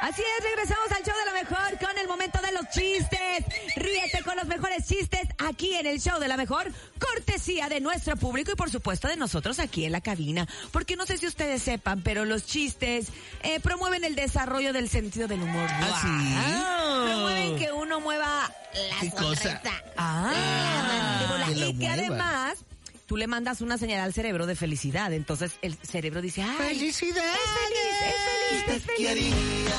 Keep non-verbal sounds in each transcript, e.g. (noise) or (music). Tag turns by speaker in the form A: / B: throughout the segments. A: Así es, regresamos al show de la mejor con el momento de los chistes. Ríete con los mejores chistes aquí en el show de la mejor, cortesía de nuestro público y por supuesto de nosotros aquí en la cabina. Porque no sé si ustedes sepan, pero los chistes eh, promueven el desarrollo del sentido del humor.
B: ¿Ah, sí?
A: Promueven que uno mueva la
B: ¿Qué
A: sonrisa.
B: cosa?
A: Ah, la mandíbula.
B: que lo
A: y que
B: mueva.
A: además tú le mandas una señal al cerebro de felicidad. Entonces el cerebro dice, ¡ay!
B: ¡Felicidades!
A: Es feliz, es feliz, es
B: Te
A: feliz.
B: quería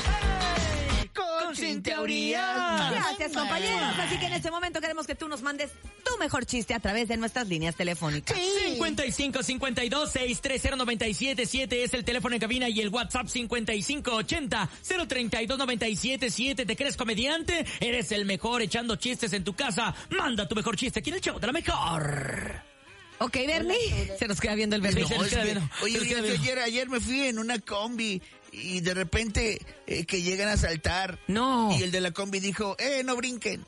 B: Con Cintia Urias.
A: Gracias, compañeros. Así que en este momento queremos que tú nos mandes tu mejor chiste a través de nuestras líneas telefónicas.
C: 55 52 630 977 es el teléfono en cabina y el WhatsApp 55 80 032 977. ¿Te crees comediante? Eres el mejor echando chistes en tu casa. Manda tu mejor chiste aquí en el show de la mejor.
A: Ok, Bernie. Se nos queda viendo el Bernie.
C: Sí,
B: No, es
C: Queda
B: que-
C: bien.
B: oye,
C: Queda
B: yo- yo
C: bien.
B: ayer, ayer me fui en una combi y de repente eh, que llegan a saltar.
A: No.
B: Y el de la combi dijo, eh, no brinquen.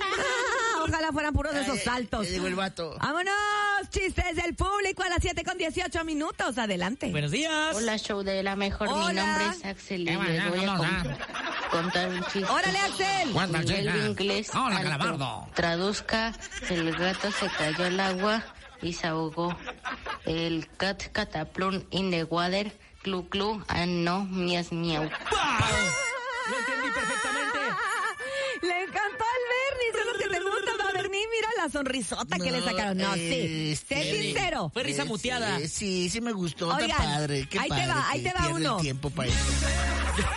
A: Ah, Ojalá fueran puros de esos
B: Ay,
A: saltos.
B: Eh,
A: Ah,
B: le digo el vato.
A: Vámonos, chistes del público a las 7 con 18 minutos. Adelante.
C: Buenos días.
D: Hola, show de la mejor. Mi
A: Hola.
D: nombre es Axel y les voy a con- contar un chiste.
A: Órale, Axel.
D: Nivel de inglés alto. Traduzca, el gato se cayó al agua y se ahogó. El cat cataplum in the water, clu clu, and no mias miau.
C: ¡Wow! Lo entendí perfectamente.
A: Le encantó al Bernie. Eso es lo que te gusta, ¿no, Bernie. Mira la sonrisota que le sacaron. No, sí.
B: este,
A: Sé sincero.
C: Fue risa
B: eh,
C: muteada.
B: sí, Sí, sí me gustó. está
A: Oigan,
B: padre. Qué
A: ahí te
B: padre
A: va,
B: que
A: ahí te va
B: pierde el
A: uno. (laughs)
B: tiempo para eso.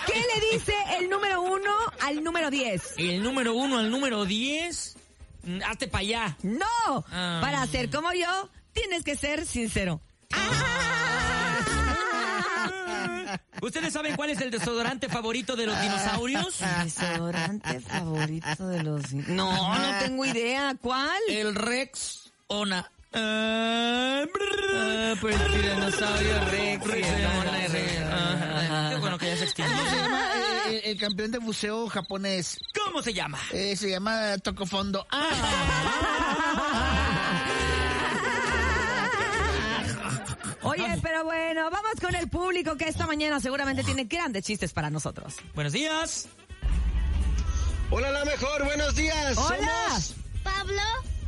A: ¿Qué le dice el número uno al número 10?
C: El número uno al número 10. mm, Hazte para allá.
A: No.
C: Ah.
A: Para ser como yo, tienes que ser sincero.
C: ¿Ustedes saben cuál es el desodorante favorito de los dinosaurios?
A: Ah. Desodorante favorito de los. No, no tengo idea. ¿Cuál?
C: El Rex Ona. Ah, pues el dinosaurio Rex. Ona y Rex. Ajá. Qué bueno que ya se extinguió.
B: Ah, El, el campeón de buceo japonés
C: ¿Cómo se llama?
B: eh, se llama Tocofondo.
A: Oye, pero bueno, vamos con el público que esta mañana seguramente tiene grandes chistes para nosotros.
C: Buenos días.
E: Hola, la mejor, buenos días.
A: ¡Hola!
E: Somos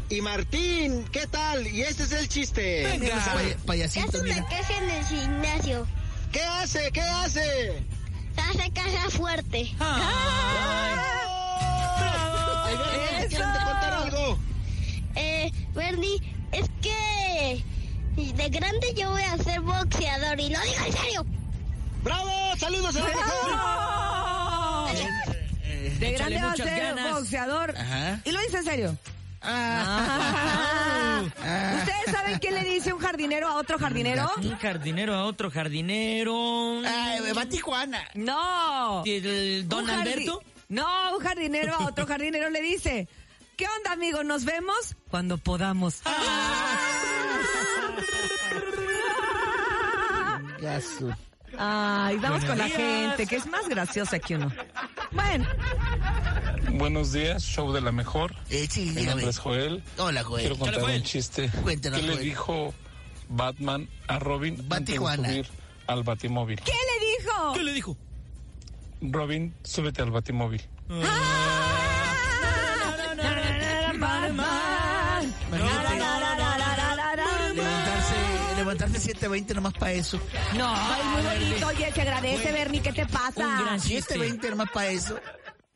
E: y Martín, ¿qué tal? Y este es el chiste.
B: Pay- payasito, mira.
F: casa en el gimnasio?
E: ¿Qué hace? ¿Qué hace?
F: Hace casa fuerte.
C: Ah.
B: Ah.
E: Ay, Bernie, ¿quieres te contar algo?
F: Eh, Bernie, es que de grande yo voy a ser boxeador y lo digo en serio.
E: ¡Bravo! ¡Saludos a la mejor!
A: De grande
C: Échale
A: va a
C: muchas
A: ser
C: ganas.
A: boxeador.
B: Ajá.
A: Y lo dice en serio. Ah. (laughs) ¿Ustedes saben qué le dice un jardinero a otro jardinero?
C: Un jardinero a otro jardinero.
B: Ay, va a Tijuana.
A: No.
C: El don
A: Un jardi-
C: Alberto.
A: No, un jardinero a otro jardinero le dice, ¿qué onda amigo? Nos vemos cuando podamos.
C: Ah.
B: Gasu.
A: Ay, vamos
C: Buenos
A: con la
C: días.
A: gente, que es más graciosa que uno. Bueno,
G: Buenos días, show de la mejor.
B: Eh, sí,
G: Mi nombre
B: dígame.
G: es Joel.
B: Hola, Joel.
G: Quiero contar
C: Joel.
G: un chiste.
B: Cuéntanos,
G: ¿Qué le
B: Joel.
G: dijo Batman a Robin antes de
B: Batijuana.
G: subir al batimóvil?
A: ¿qué le dijo?
C: ¿Qué le dijo?
G: Robin, súbete al batimóvil.
B: Levantarse, levantarse 7.20 nomás para eso.
A: No, es muy bonito. Oye, se agradece, Bernie. ¿Qué te pasa?
C: Un gran chiste.
B: 7.20 nomás para eso.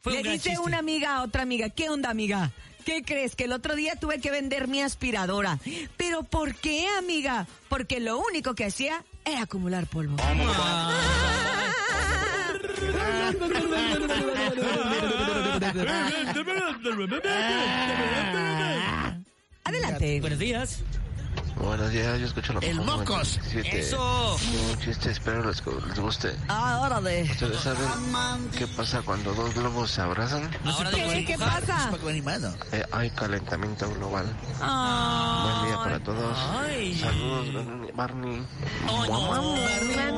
C: Fue
A: Le
C: un gran
A: dice
C: chiste.
A: una amiga a otra amiga, ¿qué onda amiga? ¿Qué crees? Que el otro día tuve que vender mi aspiradora. ¿Pero por qué, amiga? Porque lo único que hacía era acumular polvo.
C: Ah. (laughs)
A: Adelante.
C: Buenos días.
H: Buenos días, yo escucho la
B: El
H: mejor
B: Mocos.
H: 97.
C: Eso.
H: Tengo un chiste, espero les, les guste.
A: Ah, órale.
H: ¿Ustedes saben qué pasa cuando dos globos se abrazan?
C: Ahora de
A: ¿Qué,
B: pues,
A: ¿Qué pasa?
B: Paco animado.
H: Eh, hay calentamiento global.
A: Ah.
H: Buen día para todos.
C: Ay.
H: Saludos, Barney. Barney.
C: Oh, no.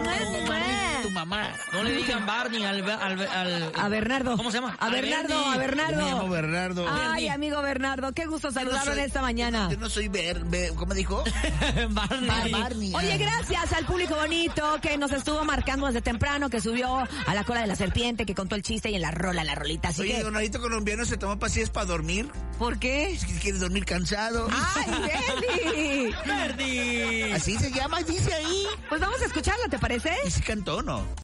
A: Ay,
B: tu mamá.
C: No le digan Barney al, al, al-
A: A Bernardo.
C: ¿Cómo se llama?
A: A Bernardo,
C: Bernie.
A: a Bernardo.
B: Me llamo Bernardo.
A: Ay,
C: Bernie.
A: amigo Bernardo, qué gusto
B: Yo no
A: saludarlo en
B: soy-
A: esta mañana.
B: Yo no soy ver, ver-
A: (laughs)
B: ¿cómo dijo?
C: (laughs) Barney.
B: Barney.
A: Oye, gracias al público bonito que nos estuvo marcando desde temprano, que subió a la cola de la serpiente, que contó el chiste y en la rola, la rolita. Así
B: Oye,
A: que,
B: donadito colombiano se toma pastillas para dormir.
A: ¿por qué?
B: (laughs) Es que quiere dormir cansado.
A: ¡Ay, Deli!
C: Bernie.
B: Así se llama, dice ahí.
A: (laughs) Pues vamos a escucharla, ¿te parece?
B: Ese cantón, ¿no?